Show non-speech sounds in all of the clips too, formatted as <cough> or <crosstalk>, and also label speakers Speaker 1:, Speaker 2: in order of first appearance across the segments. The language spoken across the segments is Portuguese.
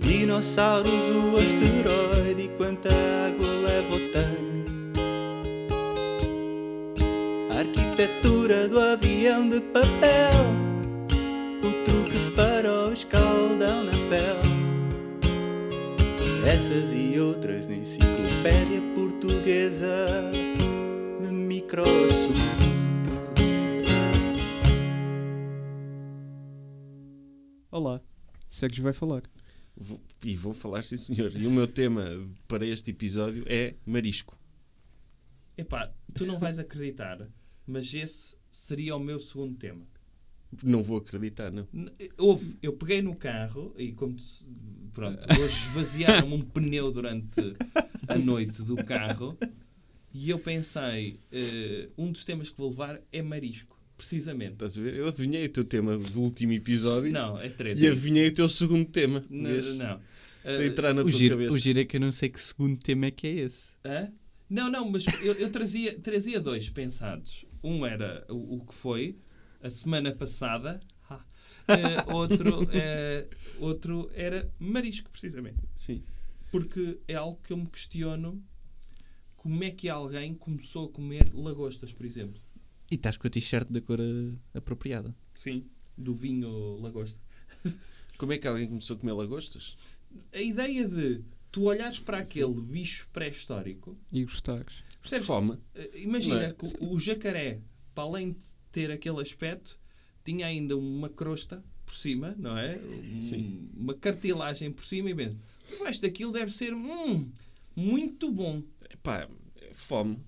Speaker 1: dinossauros, o asteroide e quanta água leva o tanque. A arquitetura do avião de papel, o truque para o escaldão na pele. Essas e outras na enciclopédia portuguesa de microassuntos.
Speaker 2: Olá, segues vai falar.
Speaker 3: Vou- E vou falar, sim senhor. E o meu tema para este episódio é marisco.
Speaker 4: Epá, tu não vais acreditar, mas esse seria o meu segundo tema.
Speaker 3: Não vou acreditar, não.
Speaker 4: N- Houve, eu peguei no carro e como tu se- pronto, hoje esvaziaram-me um pneu durante a noite do carro e eu pensei, eh, um dos temas que vou levar é marisco, precisamente.
Speaker 3: Estás a ver? Eu adivinhei o teu tema do último episódio
Speaker 4: Não, é treta.
Speaker 3: e adivinhei o teu segundo tema.
Speaker 4: Não,
Speaker 3: Vês?
Speaker 4: não.
Speaker 3: Tem
Speaker 4: Eh,
Speaker 3: de entrar na
Speaker 2: O
Speaker 3: tua
Speaker 2: giro,
Speaker 3: cabeça.
Speaker 2: o giro é que eu não sei que segundo tema é que é esse.
Speaker 4: Hã? Não, não, mas eu, eu trazia, trazia dois pensados. Um era o, o que foi a semana passada, ah, eh, outro, eh, outro era marisco, precisamente.
Speaker 3: Sim.
Speaker 4: Porque é algo que eu me questiono como é que alguém começou a comer lagostas, por exemplo.
Speaker 2: E estás com a t-shirt da cor eh, apropriada.
Speaker 4: Sim. Do vinho lagosta.
Speaker 3: Como é que alguém começou a comer lagostas?
Speaker 4: A ideia de tu olhares para aquele bicho pré-histórico
Speaker 5: E gostares.
Speaker 4: Percebes?
Speaker 3: é Fome.
Speaker 4: Eh, Imagina
Speaker 3: Não é?
Speaker 4: que o- o jacaré, para além de ter aquele aspecto, tinha ainda uma crosta por cima, não é? Um-
Speaker 3: Sim.
Speaker 4: Uma cartilagem por cima e mesmo. Debaixo daquilo deve ser hum, muito bom.
Speaker 3: Pá, é fome.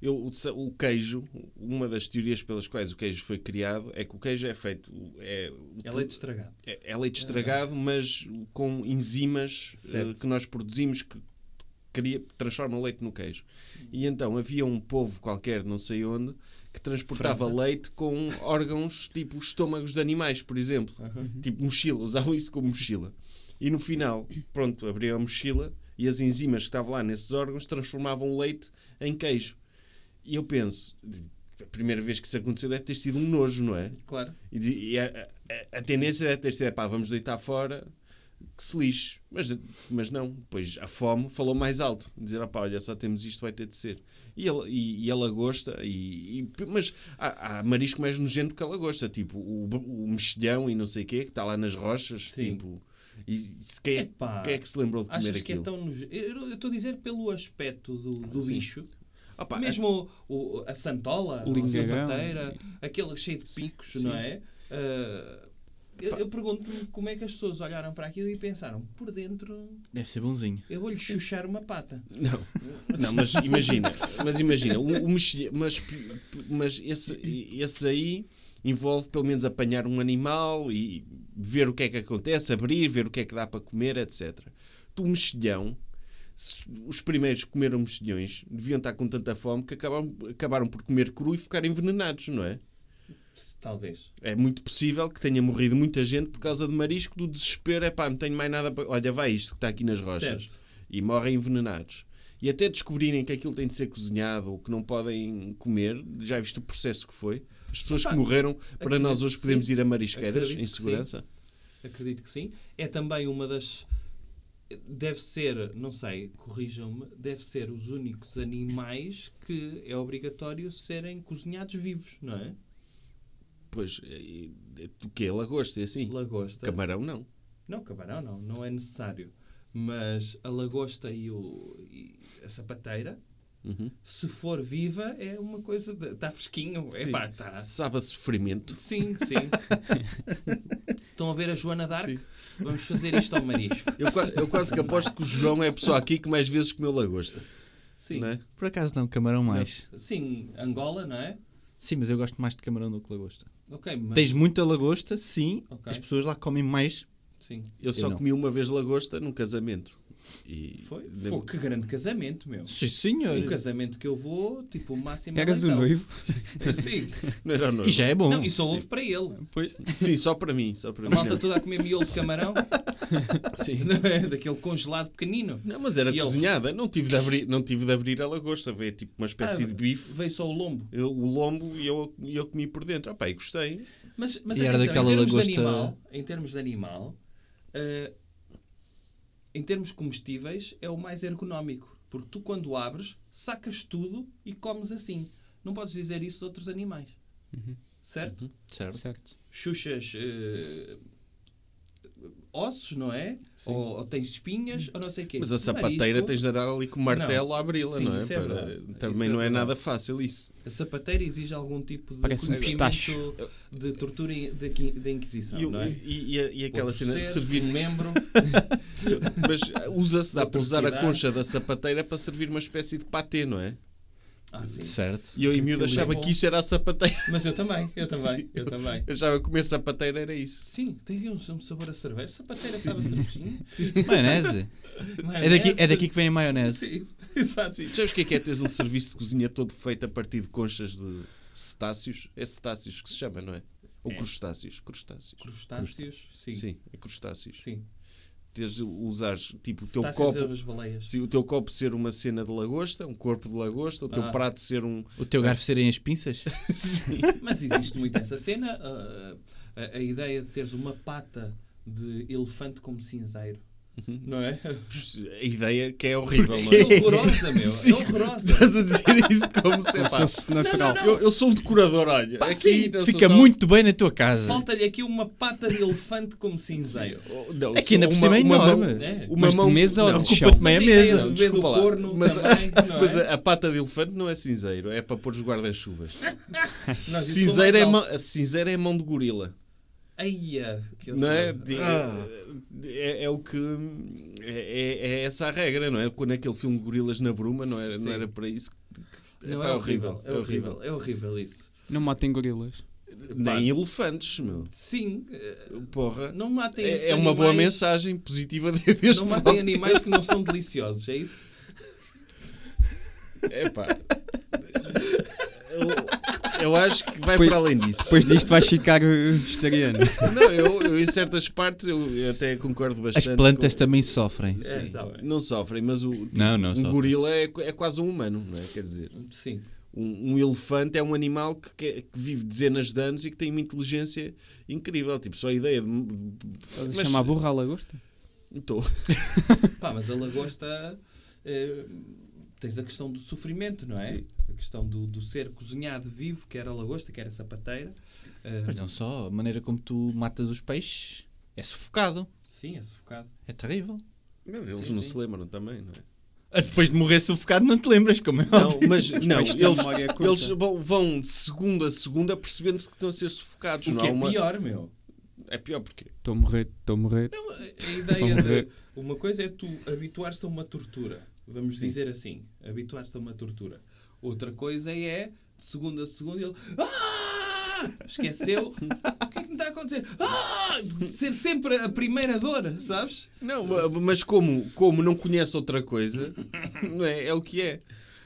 Speaker 3: Eu, o, sa- o queijo, uma das teorias pelas quais o queijo foi criado é que o queijo é feito. É,
Speaker 4: É leite estragado.
Speaker 3: é- é leite estragado, mas com enzimas eh,
Speaker 4: Certo.
Speaker 3: que nós produzimos que cria, transforma o leite no queijo. E então havia um povo qualquer, não sei onde, que transportava leite com órgãos tipo os estômagos de animais, por exemplo. Tipo mochila, usavam isso como mochila. E no final, pronto, abriam a mochila e as enzimas que estavam lá nesses órgãos transformavam o leite em queijo. E eu penso, a primeira vez que isso aconteceu deve ter sido um nojo, não é?
Speaker 4: Claro.
Speaker 3: E, de- e a, a- a tendência deve ter sido: é pá, vamos deitar fora, que se lixe. Mas, mas não, pois a fome falou mais alto. Dizer, opá, olha, só temos isto, vai ter de ser. E a, e, e a lagosta, e, e- mas há, há marisco mais nojento que a lagosta, tipo o, o mexilhão e não sei o quê, que está lá nas rochas.
Speaker 4: Sim.
Speaker 3: Tipo, e se- quem, é,
Speaker 4: Epá,
Speaker 3: quem é que se lembrou de comer
Speaker 4: Achas que é
Speaker 3: aquilo?
Speaker 4: tão nojo? Eu eu estou a dizer pelo aspecto do, do
Speaker 3: Sim.
Speaker 4: bicho.
Speaker 3: Opá,
Speaker 4: Mesmo o- o- a santola,
Speaker 5: O
Speaker 4: a
Speaker 5: lingarão.
Speaker 4: sapateira, aquele cheio de picos,
Speaker 3: Sim.
Speaker 4: não é? Ah, eu eu pergunto-me como é que as pessoas olharam para aquilo e pensaram, por dentro
Speaker 2: Deve ser bonzinho.
Speaker 4: Eu vou-lhe chuchar uma pata.
Speaker 3: Não, não, mas imagina, mas imagina, o, o mexilha- mas, pi- pi- mas esse, esse aí envolve pelo menos apanhar um animal e ver o que é que acontece, abrir, ver o que é que dá para comer, etc. Tu, o mexilhão, se os primeiros que comeram mexilhões deviam estar com tanta fome que acabaram, acabaram por comer cru e ficar envenenados, não é?
Speaker 4: Talvez.
Speaker 3: É muito possível que tenha morrido muita gente por causa de marisco, do desespero. É pá, não tenho mais nada para. Olha, vai isto que está aqui nas rochas.
Speaker 4: Certo.
Speaker 3: E morrem envenenados. E até descobrirem que aquilo tem de ser cozinhado ou que não podem comer, já viste o processo que foi? As pessoas que
Speaker 4: Epá,
Speaker 3: morreram, para
Speaker 4: acredito
Speaker 3: nós hoje
Speaker 4: que
Speaker 3: podemos
Speaker 4: sim.
Speaker 3: ir a marisqueiras
Speaker 4: Acredito
Speaker 3: em
Speaker 4: que sim.
Speaker 3: segurança.
Speaker 4: Acredito que sim. É também uma das. Deve ser, não sei, corrijam-me, deve ser os únicos animais que é obrigatório serem cozinhados vivos, não é?
Speaker 3: Pois, e- e- o quê? Lagosta e assim?
Speaker 4: Lagosta.
Speaker 3: Camarão não.
Speaker 4: Não, camarão não, não é necessário. Mas a lagosta e, o, e a sapateira,
Speaker 3: Uhum.
Speaker 4: se for viva, é uma coisa. Está fresquinho.
Speaker 3: Sim.
Speaker 4: Epá, está.
Speaker 3: Sabe a sofrimento.
Speaker 4: Sim, sim. Estão a ver a Joana d'Arc? Vamos fazer isto ao marisco.
Speaker 3: Eu, qua- eu quase que aposto que o João é a pessoa aqui que mais vezes comeu lagosta.
Speaker 4: Sim.
Speaker 3: Não é?
Speaker 2: Por acaso não, camarão mais.
Speaker 4: Sim, Angola, não é?
Speaker 2: Sim, mas eu gosto mais de camarão do que lagosta.
Speaker 4: Ok, mas.
Speaker 2: Tens muita lagosta, sim.
Speaker 4: Ok.
Speaker 2: As pessoas lá comem mais.
Speaker 4: Sim.
Speaker 3: Eu só
Speaker 2: não.
Speaker 3: comi uma vez lagosta num casamento. E
Speaker 4: Foi?
Speaker 3: de-
Speaker 4: Foi, que grande casamento, meu.
Speaker 2: Sim, senhor.
Speaker 4: O casamento que eu vou, tipo, o máximo. é
Speaker 5: Eras o
Speaker 4: leitão.
Speaker 5: noivo. Um.
Speaker 4: Sim.
Speaker 5: <laughs>
Speaker 3: <laughs> Não era o noivo.
Speaker 2: E já é bom.
Speaker 4: Não, e só houve para ele.
Speaker 5: Pois.
Speaker 3: Sim, só para mim. Só para
Speaker 4: A
Speaker 3: mim
Speaker 4: malta
Speaker 3: não.
Speaker 4: toda a comer miolo de camarão,
Speaker 3: <laughs> Sim.
Speaker 4: não é? daquele congelado pequenino.
Speaker 3: Não, mas era
Speaker 4: E ele?
Speaker 3: cozinhada. Não tive, de abrir, não tive de abrir a lagosta. Veio tipo uma espécie
Speaker 4: Ah,
Speaker 3: de bife.
Speaker 4: Veio só o lombo.
Speaker 3: Eu, o lombo e eu, e eu comi por dentro. Ah, pá, e gostei.
Speaker 4: Mas, mas
Speaker 2: E era
Speaker 4: atenção,
Speaker 2: daquela
Speaker 4: em termos
Speaker 2: lagosta-
Speaker 4: de animal, em termos de animal, eh, em termos comestíveis, é o mais ergonómico. Porque tu, quando abres, sacas tudo e comes assim. Não podes dizer isso de outros animais.
Speaker 3: Uhum.
Speaker 4: Certo?
Speaker 2: Certo.
Speaker 5: Certo.
Speaker 4: Xuxas. eh, ossos, não é? Ou, ou tens espinhas, ou não sei o quê.
Speaker 3: Mas a sapateira
Speaker 4: Marisco,
Speaker 3: tens de dar ali com o martelo a abri-la,
Speaker 4: Sim,
Speaker 3: não é?
Speaker 4: isso é
Speaker 3: Para-
Speaker 4: verdade. Isso
Speaker 3: Também
Speaker 4: é
Speaker 3: não é
Speaker 4: verdade.
Speaker 3: nada fácil isso.
Speaker 4: A sapateira exige algum tipo de
Speaker 5: Parece um
Speaker 4: conhecimento de tortura e de, qui- de Inquisição,
Speaker 3: E, o-
Speaker 4: não é?
Speaker 3: e- e- e aquela
Speaker 4: Outro
Speaker 3: cena de
Speaker 4: ser,
Speaker 3: servir.
Speaker 4: <laughs> Um membro.
Speaker 3: Mas usa-se, dá para usar a
Speaker 4: Atrocidade.
Speaker 3: concha da sapateira para servir uma espécie de patê, não é? <laughs>
Speaker 4: Ah, sim.
Speaker 2: Certo.
Speaker 3: E eu em miúdo
Speaker 4: Aquilo é
Speaker 3: achava
Speaker 4: bom.
Speaker 3: que isso era a sapateira.
Speaker 4: Mas eu também, eu também,
Speaker 3: Sim.
Speaker 4: eu também.
Speaker 3: Achava que comer sapateira era isso.
Speaker 4: Sim, tem um um sabor a cerveja. Sapateira sabe a cervejinha.
Speaker 3: <laughs>
Speaker 2: Maionese. É
Speaker 4: Maionese.
Speaker 2: daqui, é daqui que vem a maionese.
Speaker 4: Sim, <laughs> exato.
Speaker 3: Sim, sabes o que é que é teres um serviço de cozinha todo feito a partir de conchas de cetáceos? É cetáceos que se chama, não é? Ou
Speaker 4: É.
Speaker 3: crustáceos? Crustáceos.
Speaker 4: Crustáceos, sim. Sim.
Speaker 3: Sim, é crustáceos.
Speaker 4: sim.
Speaker 3: Teres, usares, tipo, o teu
Speaker 4: Crustáceos
Speaker 3: copo.
Speaker 4: é das baleias.
Speaker 3: Se o teu copo ser uma cena de lagosta, um corpo de lagosta, o teu
Speaker 4: Ah.
Speaker 3: prato ser um.
Speaker 2: O teu garfo serem as pinças?
Speaker 4: Mas existe muito essa cena. ah, a, a ideia de teres uma pata de elefante como cinzeiro.
Speaker 3: Uhum. <laughs>
Speaker 4: Não é?
Speaker 3: A ideia que é horrível, não
Speaker 4: É
Speaker 3: é? <laughs>
Speaker 4: horrorosa, meu.
Speaker 3: Sim.
Speaker 4: É horrorosa.
Speaker 3: Estás a dizer isso como se pá.
Speaker 5: Fosse natural.
Speaker 3: Eu, eu sou um decorador, olha.
Speaker 4: Pá,
Speaker 3: aqui
Speaker 4: sim,
Speaker 3: não sou
Speaker 2: Fica
Speaker 3: só-
Speaker 2: muito bem na tua
Speaker 3: É.
Speaker 2: casa.
Speaker 4: Falta-lhe aqui uma pata de elefante como cinzeiro.
Speaker 3: Oh, Não,
Speaker 2: Aqui
Speaker 3: sou
Speaker 2: ainda por cima é
Speaker 3: mão-
Speaker 2: enorme.
Speaker 4: É.
Speaker 3: uma
Speaker 5: Mas de
Speaker 3: mão.
Speaker 5: mesa ou
Speaker 3: não,
Speaker 5: de chão?
Speaker 2: Mas é
Speaker 4: Mas a ideia
Speaker 2: mesa.
Speaker 4: do dedo
Speaker 3: Desculpa lá.
Speaker 4: corno
Speaker 3: Mas, a- <laughs>
Speaker 4: também, não é?
Speaker 3: mas a, a pata de elefante não é cinzeiro, é para pôr os guarda-chuvas.
Speaker 4: Nós isso
Speaker 3: Cinzeiro é,
Speaker 4: foi
Speaker 3: mão,
Speaker 4: mais alto.
Speaker 3: a cinzeiro é mão de gorila.
Speaker 4: Eia, que
Speaker 3: Não é?
Speaker 4: horror.
Speaker 3: De- é, é o que. É, é- é essa a regra, não é? Quando aquele filme Gorilas na Bruma, não era, não
Speaker 4: Sim.
Speaker 3: era para isso. que- que-
Speaker 4: Não,
Speaker 3: pá,
Speaker 4: é horrível, é horrível, é horrível isso.
Speaker 5: Não matem gorilas.
Speaker 4: Pá.
Speaker 3: Nem elefantes, meu.
Speaker 4: Sim, eh,
Speaker 3: Porra.
Speaker 4: não matem esses
Speaker 3: É, é uma boa
Speaker 4: animais-
Speaker 3: mensagem positiva <laughs> de- deste
Speaker 4: Não matem
Speaker 3: podcast.
Speaker 4: animais que não são deliciosos,
Speaker 3: <laughs>
Speaker 4: é isso?
Speaker 3: É pá. Eu, eu acho que vai
Speaker 5: Pois-
Speaker 3: para além disso.
Speaker 5: Depois disto vais ficar uh, vegetariano.
Speaker 3: Não, eu, eu em certas partes eu, eu até concordo
Speaker 2: As
Speaker 3: bastante.
Speaker 2: plantas
Speaker 3: com-
Speaker 2: também sofrem.
Speaker 4: É, tá bem.
Speaker 3: Não sofrem, mas o, tipo,
Speaker 2: Não, não
Speaker 3: um
Speaker 2: sofrem.
Speaker 3: gorila é, qu- é quase um humano, não é? Quer dizer,
Speaker 4: Sim,
Speaker 3: um, um elefante é um animal que, que- que vive dezenas de anos e que tem uma inteligência incrível. Tipo, só a ideia de.
Speaker 5: Estás a
Speaker 3: Mas-
Speaker 5: chamar burra à lagosta?
Speaker 3: Estou.
Speaker 4: pá, mas a lagosta. eh, tens a questão do sofrimento, não é? A questão do, do ser cozinhado vivo, que era a lagosta, que era a sapateira. Eh,
Speaker 2: Mas não só, a maneira como tu matas os peixes é sufocado.
Speaker 4: sim, é sufocado.
Speaker 2: É terrível.
Speaker 3: Eles
Speaker 4: Sim,
Speaker 3: não
Speaker 4: sim.
Speaker 3: se lembram também, não é?
Speaker 2: Ah, Depois de morrer sufocado não te lembras como é
Speaker 3: Não,
Speaker 2: <laughs>
Speaker 3: mas não,
Speaker 5: peixes têm
Speaker 3: eles,
Speaker 4: é
Speaker 5: memória curta.
Speaker 3: eles vão, vão de segunda a segunda percebendo-se que estão a ser sufocados.
Speaker 4: O
Speaker 3: não
Speaker 4: que
Speaker 3: há
Speaker 4: é
Speaker 3: uma...
Speaker 4: pior, meu.
Speaker 3: É pior porque.
Speaker 5: Estou a morrer, estou a morrer.
Speaker 4: Não, a <laughs> a É ideia
Speaker 5: Vamos ver.
Speaker 4: de. Uma coisa é tu habituar-te a uma tortura. Vamos dizer assim. Habituar-te a uma tortura. Outra coisa é, de segunda a segunda, ele. "Ah!" <laughs> Esqueceu. o que é que me está a acontecer? "Ah!" De Ser sempre a primeira dor, sabes?
Speaker 3: Não, ma- mas como, como não conhece outra
Speaker 4: <laughs>
Speaker 3: coisa, não é, é o que é.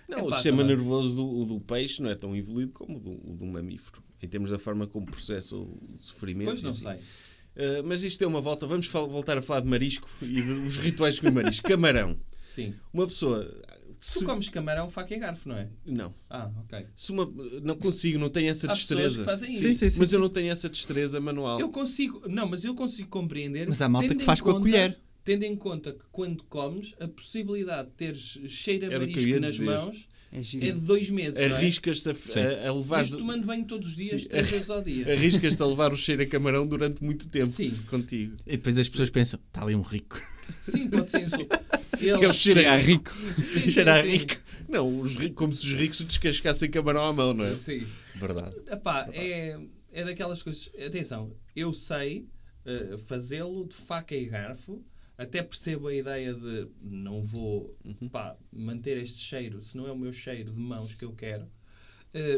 Speaker 3: Não, o
Speaker 4: Epá, tá
Speaker 3: sistema
Speaker 4: também.
Speaker 3: nervoso do, o do peixe não é tão evoluído como o do, o do mamífero. Em termos da forma como processa o sofrimento.
Speaker 4: Pois
Speaker 3: e
Speaker 4: não
Speaker 3: assim.
Speaker 4: sei.
Speaker 3: Ah, mas isto é uma volta. Vamos fal- voltar a falar de marisco e dos rituais com o marisco. Camarão.
Speaker 4: Sim.
Speaker 3: Uma pessoa.
Speaker 4: Tu
Speaker 3: se-
Speaker 4: comes camarão, faca e garfo, não é?
Speaker 3: Não.
Speaker 4: Ah, ok.
Speaker 3: Se uma, não consigo, não tenho essa
Speaker 4: Há pessoas
Speaker 3: destreza.
Speaker 4: que fazem isso.
Speaker 2: Sim, sim, sim.
Speaker 3: Mas eu não tenho essa destreza manual.
Speaker 4: Eu consigo, não, mas eu consigo compreender.
Speaker 2: Mas há malta
Speaker 4: tendo
Speaker 2: que
Speaker 4: em
Speaker 2: faz com a colher.
Speaker 4: Tendo em conta que quando comes, a possibilidade de teres cheiro a
Speaker 3: Era o que eu
Speaker 4: marisco
Speaker 3: ia
Speaker 4: nas
Speaker 3: dizer.
Speaker 4: mãos
Speaker 5: É
Speaker 4: é de
Speaker 5: giro.
Speaker 4: dois meses. não é?
Speaker 3: Arriscas-te a,
Speaker 2: Sim.
Speaker 3: a, a levar.
Speaker 4: Mas tomando banho todos os dias,
Speaker 3: Sim.
Speaker 4: três vezes ao
Speaker 3: <laughs>
Speaker 4: dia.
Speaker 3: Arriscas-te a levar o cheiro a camarão durante muito tempo
Speaker 4: Sim.
Speaker 3: contigo.
Speaker 2: E depois as pessoas pensam, está ali um rico.
Speaker 4: Sim, pode ser isso. Ele,
Speaker 3: Ele cheira
Speaker 2: é
Speaker 3: a
Speaker 2: <laughs>
Speaker 3: rico.
Speaker 4: sim, sim,
Speaker 2: cheira a
Speaker 4: sim.
Speaker 2: rico.
Speaker 3: Não, os ricos, como se os ricos descascassem camarão à mão, não é?
Speaker 4: <laughs> Sim.
Speaker 3: Verdade.
Speaker 4: Epá, é, é daquelas coisas. Atenção, eu sei eh, fazê-lo de faca e garfo. Até percebo a ideia de não vou
Speaker 3: Uhum.
Speaker 4: pá, manter este cheiro, se não é o meu cheiro de mãos que eu quero.
Speaker 3: <laughs>
Speaker 4: Eh,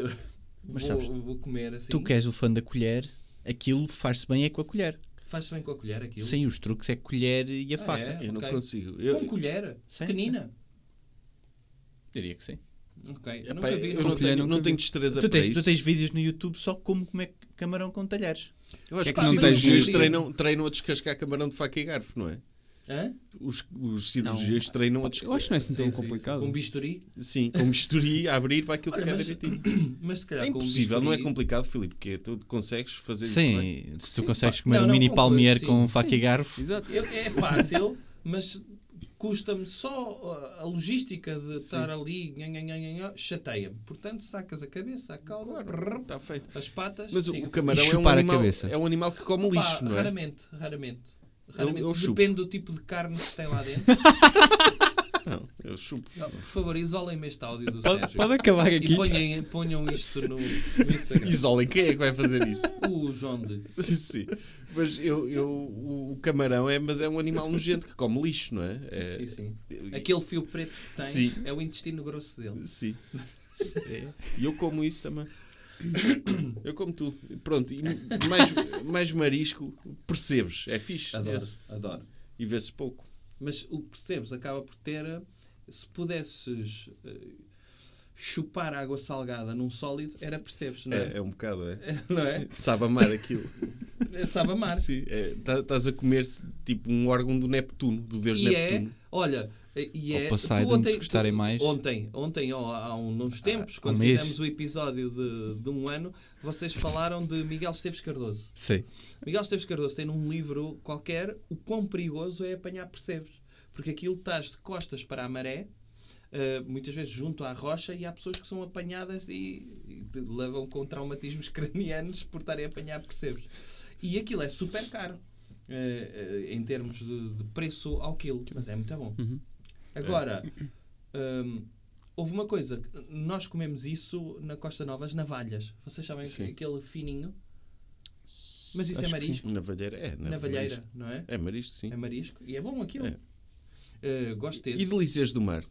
Speaker 2: Mas
Speaker 4: vou,
Speaker 2: sabes,
Speaker 4: vou comer assim.
Speaker 2: Tu que és o fã da colher, aquilo faz-se bem é com a colher.
Speaker 4: Faz-se bem com a colher aquilo?
Speaker 2: Sem os truques é colher e a
Speaker 4: Ah,
Speaker 2: faca.
Speaker 4: é?
Speaker 3: Eu não
Speaker 4: Ok.
Speaker 3: consigo.
Speaker 4: Com
Speaker 3: Eu,
Speaker 4: colher?
Speaker 2: Sim.
Speaker 4: Pequenina?
Speaker 2: Diria que sim.
Speaker 4: Ok.
Speaker 3: epá,
Speaker 4: Nunca vi.
Speaker 3: eu não
Speaker 5: colher
Speaker 3: tenho,
Speaker 5: nunca
Speaker 3: não
Speaker 5: vi.
Speaker 3: tenho
Speaker 4: é
Speaker 3: destreza
Speaker 2: Tu tens,
Speaker 3: para
Speaker 2: tu
Speaker 3: isso.
Speaker 2: tens vídeos no YouTube só como comer camarão com talheres.
Speaker 3: Eu acho
Speaker 5: É
Speaker 3: que,
Speaker 5: que
Speaker 3: os
Speaker 5: não tens
Speaker 3: cirurgiões
Speaker 4: juízo.
Speaker 3: treinam, treinam a descascar camarão de faca e garfo, não é?
Speaker 4: Hã?
Speaker 3: Os, os cirurgiões treinam a
Speaker 5: Eu acho que
Speaker 3: descascar.
Speaker 5: não é assim
Speaker 4: Sim,
Speaker 5: tão
Speaker 4: sim,
Speaker 5: complicado.
Speaker 4: Com um bisturi?
Speaker 3: Sim, com misturi a abrir para aquilo
Speaker 4: Olha,
Speaker 3: ficar
Speaker 4: mas-
Speaker 3: direitinho.
Speaker 4: Mas se calhar
Speaker 3: É
Speaker 4: com
Speaker 3: impossível,
Speaker 4: bisturi,
Speaker 3: não é complicado, Filipe, porque tu consegues fazer isso. é? bem.
Speaker 2: Sim, se tu
Speaker 5: Sim,
Speaker 2: consegues
Speaker 4: pá.
Speaker 2: comer
Speaker 4: Não,
Speaker 2: um
Speaker 4: não,
Speaker 2: mini
Speaker 4: com-
Speaker 2: palmier
Speaker 4: sim,
Speaker 2: com faca
Speaker 5: sim.
Speaker 2: e garfo,
Speaker 5: Exato.
Speaker 4: Eu- É fácil, mas custa-me só ah, a logística de
Speaker 3: Sim.
Speaker 4: estar ali, nhan, nhan, nhan, nhan, nhan, chateia-me. Portanto, sacas a cabeça, a cauda,
Speaker 3: Claro, está feito.
Speaker 4: as patas.
Speaker 3: Mas o,
Speaker 4: siga.
Speaker 3: o camarão
Speaker 2: E
Speaker 3: é um,
Speaker 2: chupar a
Speaker 3: animal,
Speaker 2: cabeça.
Speaker 3: é um animal que come
Speaker 4: Pá,
Speaker 3: lixo, não é?
Speaker 4: Raramente, raramente. raramente.
Speaker 3: eu chupo.
Speaker 4: Depende do tipo de carne que tem lá
Speaker 3: <laughs>
Speaker 4: dentro.
Speaker 3: Não, eu chupo.
Speaker 4: Não, por favor, isolem-me este áudio do
Speaker 5: Pode,
Speaker 4: Sérgio.
Speaker 5: pode acabar
Speaker 4: É, E
Speaker 5: aqui.
Speaker 4: ponham, ponham isto no, no Instagram.
Speaker 3: Isolem, quem é que vai fazer isso?
Speaker 4: O João de.
Speaker 3: <laughs> Sim. Mas eu, eu, o o camarão é, mas é um animal nojento que come lixo, não é? É-
Speaker 4: Sim, sim.
Speaker 3: eu-
Speaker 4: Aquele fio preto que tem
Speaker 3: Sim.
Speaker 4: é o intestino grosso dele. <laughs>
Speaker 3: Sim.
Speaker 4: É.
Speaker 3: E eu como isso também. Eu como tudo. Pronto, e mais, mais marisco, percebes? É fixe.
Speaker 4: Adoro,
Speaker 3: esse.
Speaker 4: adoro.
Speaker 3: E vê-se pouco.
Speaker 4: Mas o que percebes acaba por ter. eh, Se pudesses eh, chupar água salgada num sólido, era percebes, não é?
Speaker 3: É, é um bocado, é?
Speaker 4: <laughs> Não é?
Speaker 3: Sabe amar aquilo.
Speaker 4: Sabe <laughs> amar.
Speaker 3: Sim. é. Tá, Estás a comer tipo um órgão do Neptuno, do Deus
Speaker 4: E é,
Speaker 3: Neptuno.
Speaker 4: olha, e
Speaker 2: Ou
Speaker 4: é.
Speaker 2: Poseidon,
Speaker 4: tu ontem-
Speaker 2: se gostarem
Speaker 4: tu-
Speaker 2: mais.
Speaker 4: Ontem, ontem ó, há um- uns tempos,
Speaker 2: há
Speaker 4: quando
Speaker 2: um mês.
Speaker 4: fizemos o episódio de, de um ano, vocês falaram de Miguel Esteves Cardoso.
Speaker 2: Sim.
Speaker 4: Miguel Esteves Cardoso tem num livro qualquer o quão perigoso é apanhar percebes. Porque aquilo estás de costas para a maré, eh, muitas vezes junto à rocha, e há pessoas que são apanhadas e, e te levam com traumatismos <laughs> cranianos por estarem a apanhar percebes. E aquilo é super caro. eh, eh, em termos de, de preço ao quilo, mas é muito bom.
Speaker 5: Uhum.
Speaker 4: Agora, hum, houve uma coisa: que nós comemos isso na Costa Nova, as navalhas. Vocês sabem que-
Speaker 3: Sim.
Speaker 4: aquele fininho? Mas isso é
Speaker 5: Acho que
Speaker 4: marisco,
Speaker 3: Navalheira, é. na-
Speaker 4: navalheira,
Speaker 3: marisco.
Speaker 4: não é?
Speaker 3: É marisco, sim.
Speaker 4: É marisco e é bom aquilo.
Speaker 3: É.
Speaker 4: Uh, gosto
Speaker 3: E
Speaker 4: desse.
Speaker 3: delícias do mar?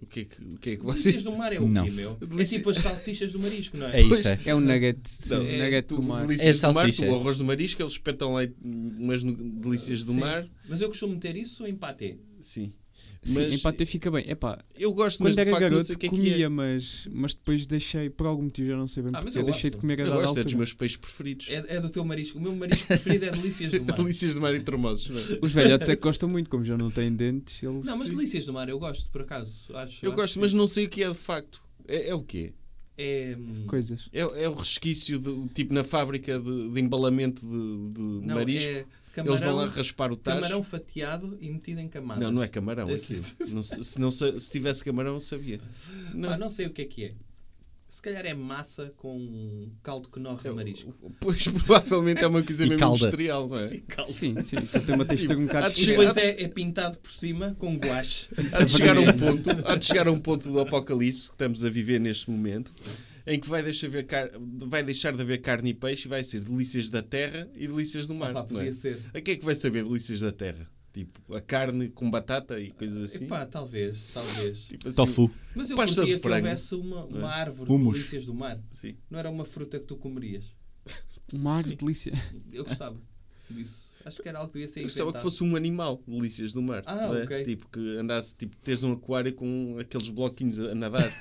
Speaker 3: O que é que, o que, é que
Speaker 4: <laughs> Delícias do mar é o
Speaker 2: Não.
Speaker 3: <laughs>
Speaker 4: quê, meu? É
Speaker 3: Delícia-
Speaker 4: tipo as salsichas do marisco, não é?
Speaker 2: É isso, é.
Speaker 5: É um nugget.
Speaker 3: Não,
Speaker 5: um nugget
Speaker 3: tu,
Speaker 5: do mar.
Speaker 2: É
Speaker 3: delícias do mar, tu,
Speaker 2: salsicha.
Speaker 3: o arroz do marisco, eles espetam lá umas no- delícias do
Speaker 4: Sim.
Speaker 3: mar.
Speaker 4: Mas eu costumo meter isso em pâté.
Speaker 3: Sim.
Speaker 5: Sim,
Speaker 3: Mas
Speaker 5: empate fica bem. Epá,
Speaker 3: eu gosto, mas
Speaker 5: quando era
Speaker 3: de facto não
Speaker 5: garoto
Speaker 3: sei o que é
Speaker 5: comia,
Speaker 3: que é.
Speaker 5: mas, mas depois deixei, por algum motivo, já não sei bem
Speaker 4: Ah, mas
Speaker 5: porque,
Speaker 4: eu
Speaker 5: deixei
Speaker 4: gosto.
Speaker 5: de comer a
Speaker 3: Eu
Speaker 5: dada
Speaker 3: gosto, é dos
Speaker 5: altura.
Speaker 3: meus peixes preferidos. <laughs>
Speaker 4: É, é do teu marisco. O meu marisco preferido é delícias do mar.
Speaker 3: delícias do mar e tremosos. não é?
Speaker 5: Os velhotes é que gostam muito, como já não têm dentes, eles...
Speaker 4: Não, mas
Speaker 3: Sim.
Speaker 4: delícias do mar eu gosto, por acaso. Acho,
Speaker 3: Eu
Speaker 4: acho
Speaker 3: gosto,
Speaker 4: que
Speaker 3: mas não sei o que é de facto. É, é o quê?
Speaker 4: É, hum,
Speaker 5: Coisas.
Speaker 3: É, é o resquício, de, tipo na fábrica de, de embalamento de, de
Speaker 4: não,
Speaker 3: marisco.
Speaker 4: é
Speaker 3: Eles vão lá
Speaker 4: camarão,
Speaker 3: raspar o tacho.
Speaker 4: camarão fatiado e metido em camada.
Speaker 3: Não, não é camarão
Speaker 4: Esse-
Speaker 3: aquilo. Não se, se não sa- se tivesse camarão, eu sabia.
Speaker 4: Pá,
Speaker 3: Não,
Speaker 4: não sei o que é que é. Se calhar é massa com caldo que norre
Speaker 3: é-
Speaker 4: de marisco.
Speaker 3: Pois <laughs> provavelmente é uma coisa
Speaker 2: E
Speaker 3: mesmo
Speaker 2: calda.
Speaker 3: industrial, não é?
Speaker 5: Sim, sim, então tem uma textura um bocado...
Speaker 3: Há de
Speaker 4: E
Speaker 5: esquisita.
Speaker 4: depois é, é pintado por cima com guache.
Speaker 3: Há de chegar a um ponto, há de chegar a um ponto do apocalipse que estamos a viver neste momento, em que vai deixar, haver car- vai deixar de haver carne e peixe e vai ser delícias da terra e delícias do mar.
Speaker 4: Ah, Pá,
Speaker 3: não é?
Speaker 4: podia ser.
Speaker 3: A quem é que vai saber delícias da terra? Tipo, a carne com batata e coisas assim?
Speaker 4: Epá, talvez, talvez.
Speaker 3: Tipo assim,
Speaker 2: Tofu.
Speaker 4: Mas eu
Speaker 3: Pasta de
Speaker 4: gostaria que
Speaker 3: frango. é?
Speaker 4: houvesse uma, uma árvore
Speaker 2: Humus.
Speaker 4: de delícias do mar.
Speaker 3: assim, Sim.
Speaker 4: Não era uma fruta que tu comerias.
Speaker 5: Uma arte delícia.
Speaker 4: Eu gostava disso. Acho que era algo que devia ser
Speaker 3: Eu gostava que
Speaker 4: inventado.
Speaker 3: fosse um animal, delícias do mar.
Speaker 4: Ah,
Speaker 3: não é?
Speaker 4: ok.
Speaker 3: Tipo, que andasse, tipo, teres um aquário com aqueles bloquinhos a nadar.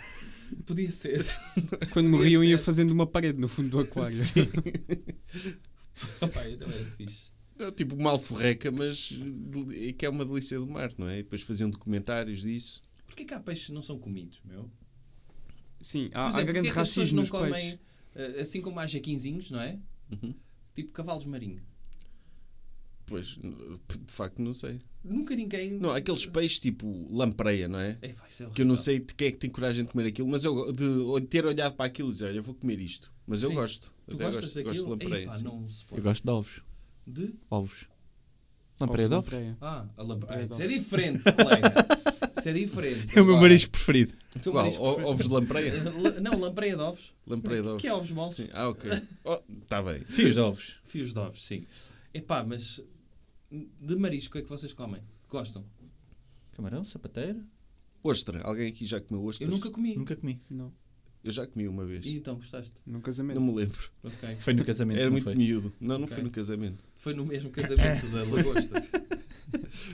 Speaker 4: Podia ser. <laughs>
Speaker 5: <laughs> Quando
Speaker 4: Podia
Speaker 5: morriam ia
Speaker 4: ser.
Speaker 5: fazendo uma parede no fundo do aquário.
Speaker 4: Epá, não era fixe.
Speaker 3: Não, tipo, uma alforreca, mas eh, que é uma delícia do mar, não é? E depois faziam documentários disso.
Speaker 4: Porquê que há peixes que não são comidos, meu?
Speaker 5: Sim,
Speaker 4: Por
Speaker 5: há, há
Speaker 4: exemplo,
Speaker 5: grande
Speaker 4: porquê que as pessoas
Speaker 5: racismo
Speaker 4: não
Speaker 5: nos peixes.
Speaker 4: comem, eh, assim como há jaquinzinhos, não é?
Speaker 3: Uhum.
Speaker 4: Tipo cavalos marinhos.
Speaker 3: Pois, n- de facto, não sei.
Speaker 4: Nunca ninguém...
Speaker 3: Não, há aqueles peixes tipo lampreia, não é?
Speaker 4: Epá, isso é
Speaker 3: Que eu não
Speaker 4: horrível.
Speaker 3: sei de quem é que tem coragem de comer aquilo, mas eu go- de ol- ter olhado para aquilo e dizer, olha, eu vou comer isto. Mas eu
Speaker 4: Sim.
Speaker 3: gosto.
Speaker 4: Tu
Speaker 3: Até
Speaker 4: gostas
Speaker 3: gosto,
Speaker 4: daquilo?
Speaker 3: gosto de lampreia.
Speaker 4: Epá,
Speaker 3: sim.
Speaker 4: não se pode.
Speaker 2: Eu gosto de ovos.
Speaker 4: De...
Speaker 2: Ovos. Lampreia de ovos?
Speaker 4: Ah, a
Speaker 5: Lampreia
Speaker 4: lampreia.
Speaker 5: de
Speaker 4: Isso é diferente, colega. Isso
Speaker 3: <laughs>
Speaker 4: é diferente.
Speaker 2: É o meu
Speaker 4: Agora,
Speaker 2: marisco preferido.
Speaker 4: o teu
Speaker 3: Qual?
Speaker 4: marisco
Speaker 3: O-
Speaker 4: preferido.
Speaker 3: ovos de lampreia?
Speaker 4: Eh, Não, lampreia de ovos.
Speaker 3: lampreia de ovos.
Speaker 4: <laughs> Que é ovos moles?
Speaker 3: Sim. Ah, ok. Está bem.
Speaker 2: Fios de ovos.
Speaker 4: Fios de ovos, sim. Epá, mas de marisco o que é que vocês comem? Gostam?
Speaker 2: Camarão, sapateiro.
Speaker 3: Ostra. Alguém aqui já comeu ostra?
Speaker 4: Eu nunca comi.
Speaker 2: Nunca comi.
Speaker 5: Não,
Speaker 3: Eu já comi uma vez.
Speaker 4: E então, gostaste?
Speaker 5: num
Speaker 3: Não
Speaker 5: casamento.
Speaker 3: me lembro.
Speaker 4: Ok.
Speaker 2: Foi no casamento,
Speaker 3: Era
Speaker 2: não
Speaker 3: muito
Speaker 2: foi?
Speaker 3: miúdo. Não, não foi
Speaker 4: Ok.
Speaker 3: no casamento.
Speaker 4: Foi no mesmo casamento
Speaker 3: <laughs>
Speaker 4: da lagosta.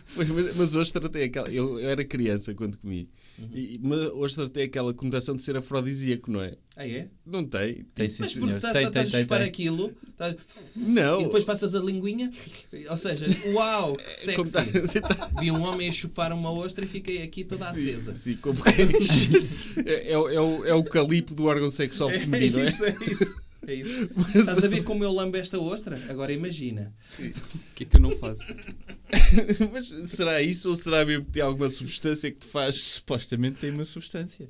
Speaker 3: Foi, mas, mas ostra tem aquela. Eu, eu era criança quando comi. E, mas ostra tem aquela conotação de ser afrodisíaco, não é?
Speaker 4: Ah, é?
Speaker 3: Não tem?
Speaker 2: Tem sim,
Speaker 4: Mas
Speaker 2: senhor.
Speaker 4: porque tá- tá-
Speaker 2: Tem, tem,
Speaker 4: estás a
Speaker 2: tem.
Speaker 4: chupar
Speaker 2: tem.
Speaker 4: aquilo tá-
Speaker 3: Não!
Speaker 4: e depois passas a linguinha. Ou seja, uau, que
Speaker 3: Como tá- <laughs>
Speaker 4: sexy. Vi um homem a chupar uma ostra e fiquei aqui toda acesa.
Speaker 3: Sim, sim, como quem- é, é, o- é, o, é o calipo do órgão sexual feminino, é?
Speaker 4: isso, é isso. É isso.
Speaker 3: <laughs> Mas-
Speaker 4: Estás a ver como eu lambo esta ostra? Agora imagina.
Speaker 5: O que é que eu não faço?
Speaker 3: <laughs> Mas será isso ou será mesmo que tem alguma substância que te faz
Speaker 2: Supostamente tem uma substância.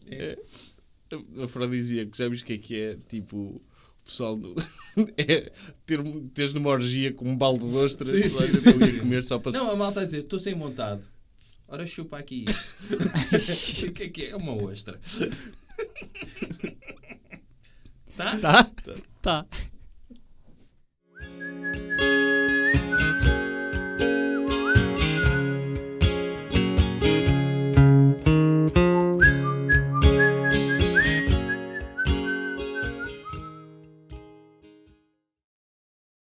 Speaker 3: afrodisíaco? Já viste o que é que é? Tipo, o pessoal do... <laughs> é ter, teres numa orgia com um balde de ostras
Speaker 4: Sim,
Speaker 3: e
Speaker 4: sim,
Speaker 3: lá
Speaker 4: sim,
Speaker 3: ali
Speaker 4: sim.
Speaker 3: a comer só para
Speaker 4: Não, a malta a dizer, estou sem vontade. Ora,
Speaker 3: <laughs>
Speaker 4: chupa aqui. o que é que é? É uma ostra. tá?
Speaker 2: Tá?
Speaker 5: Tá.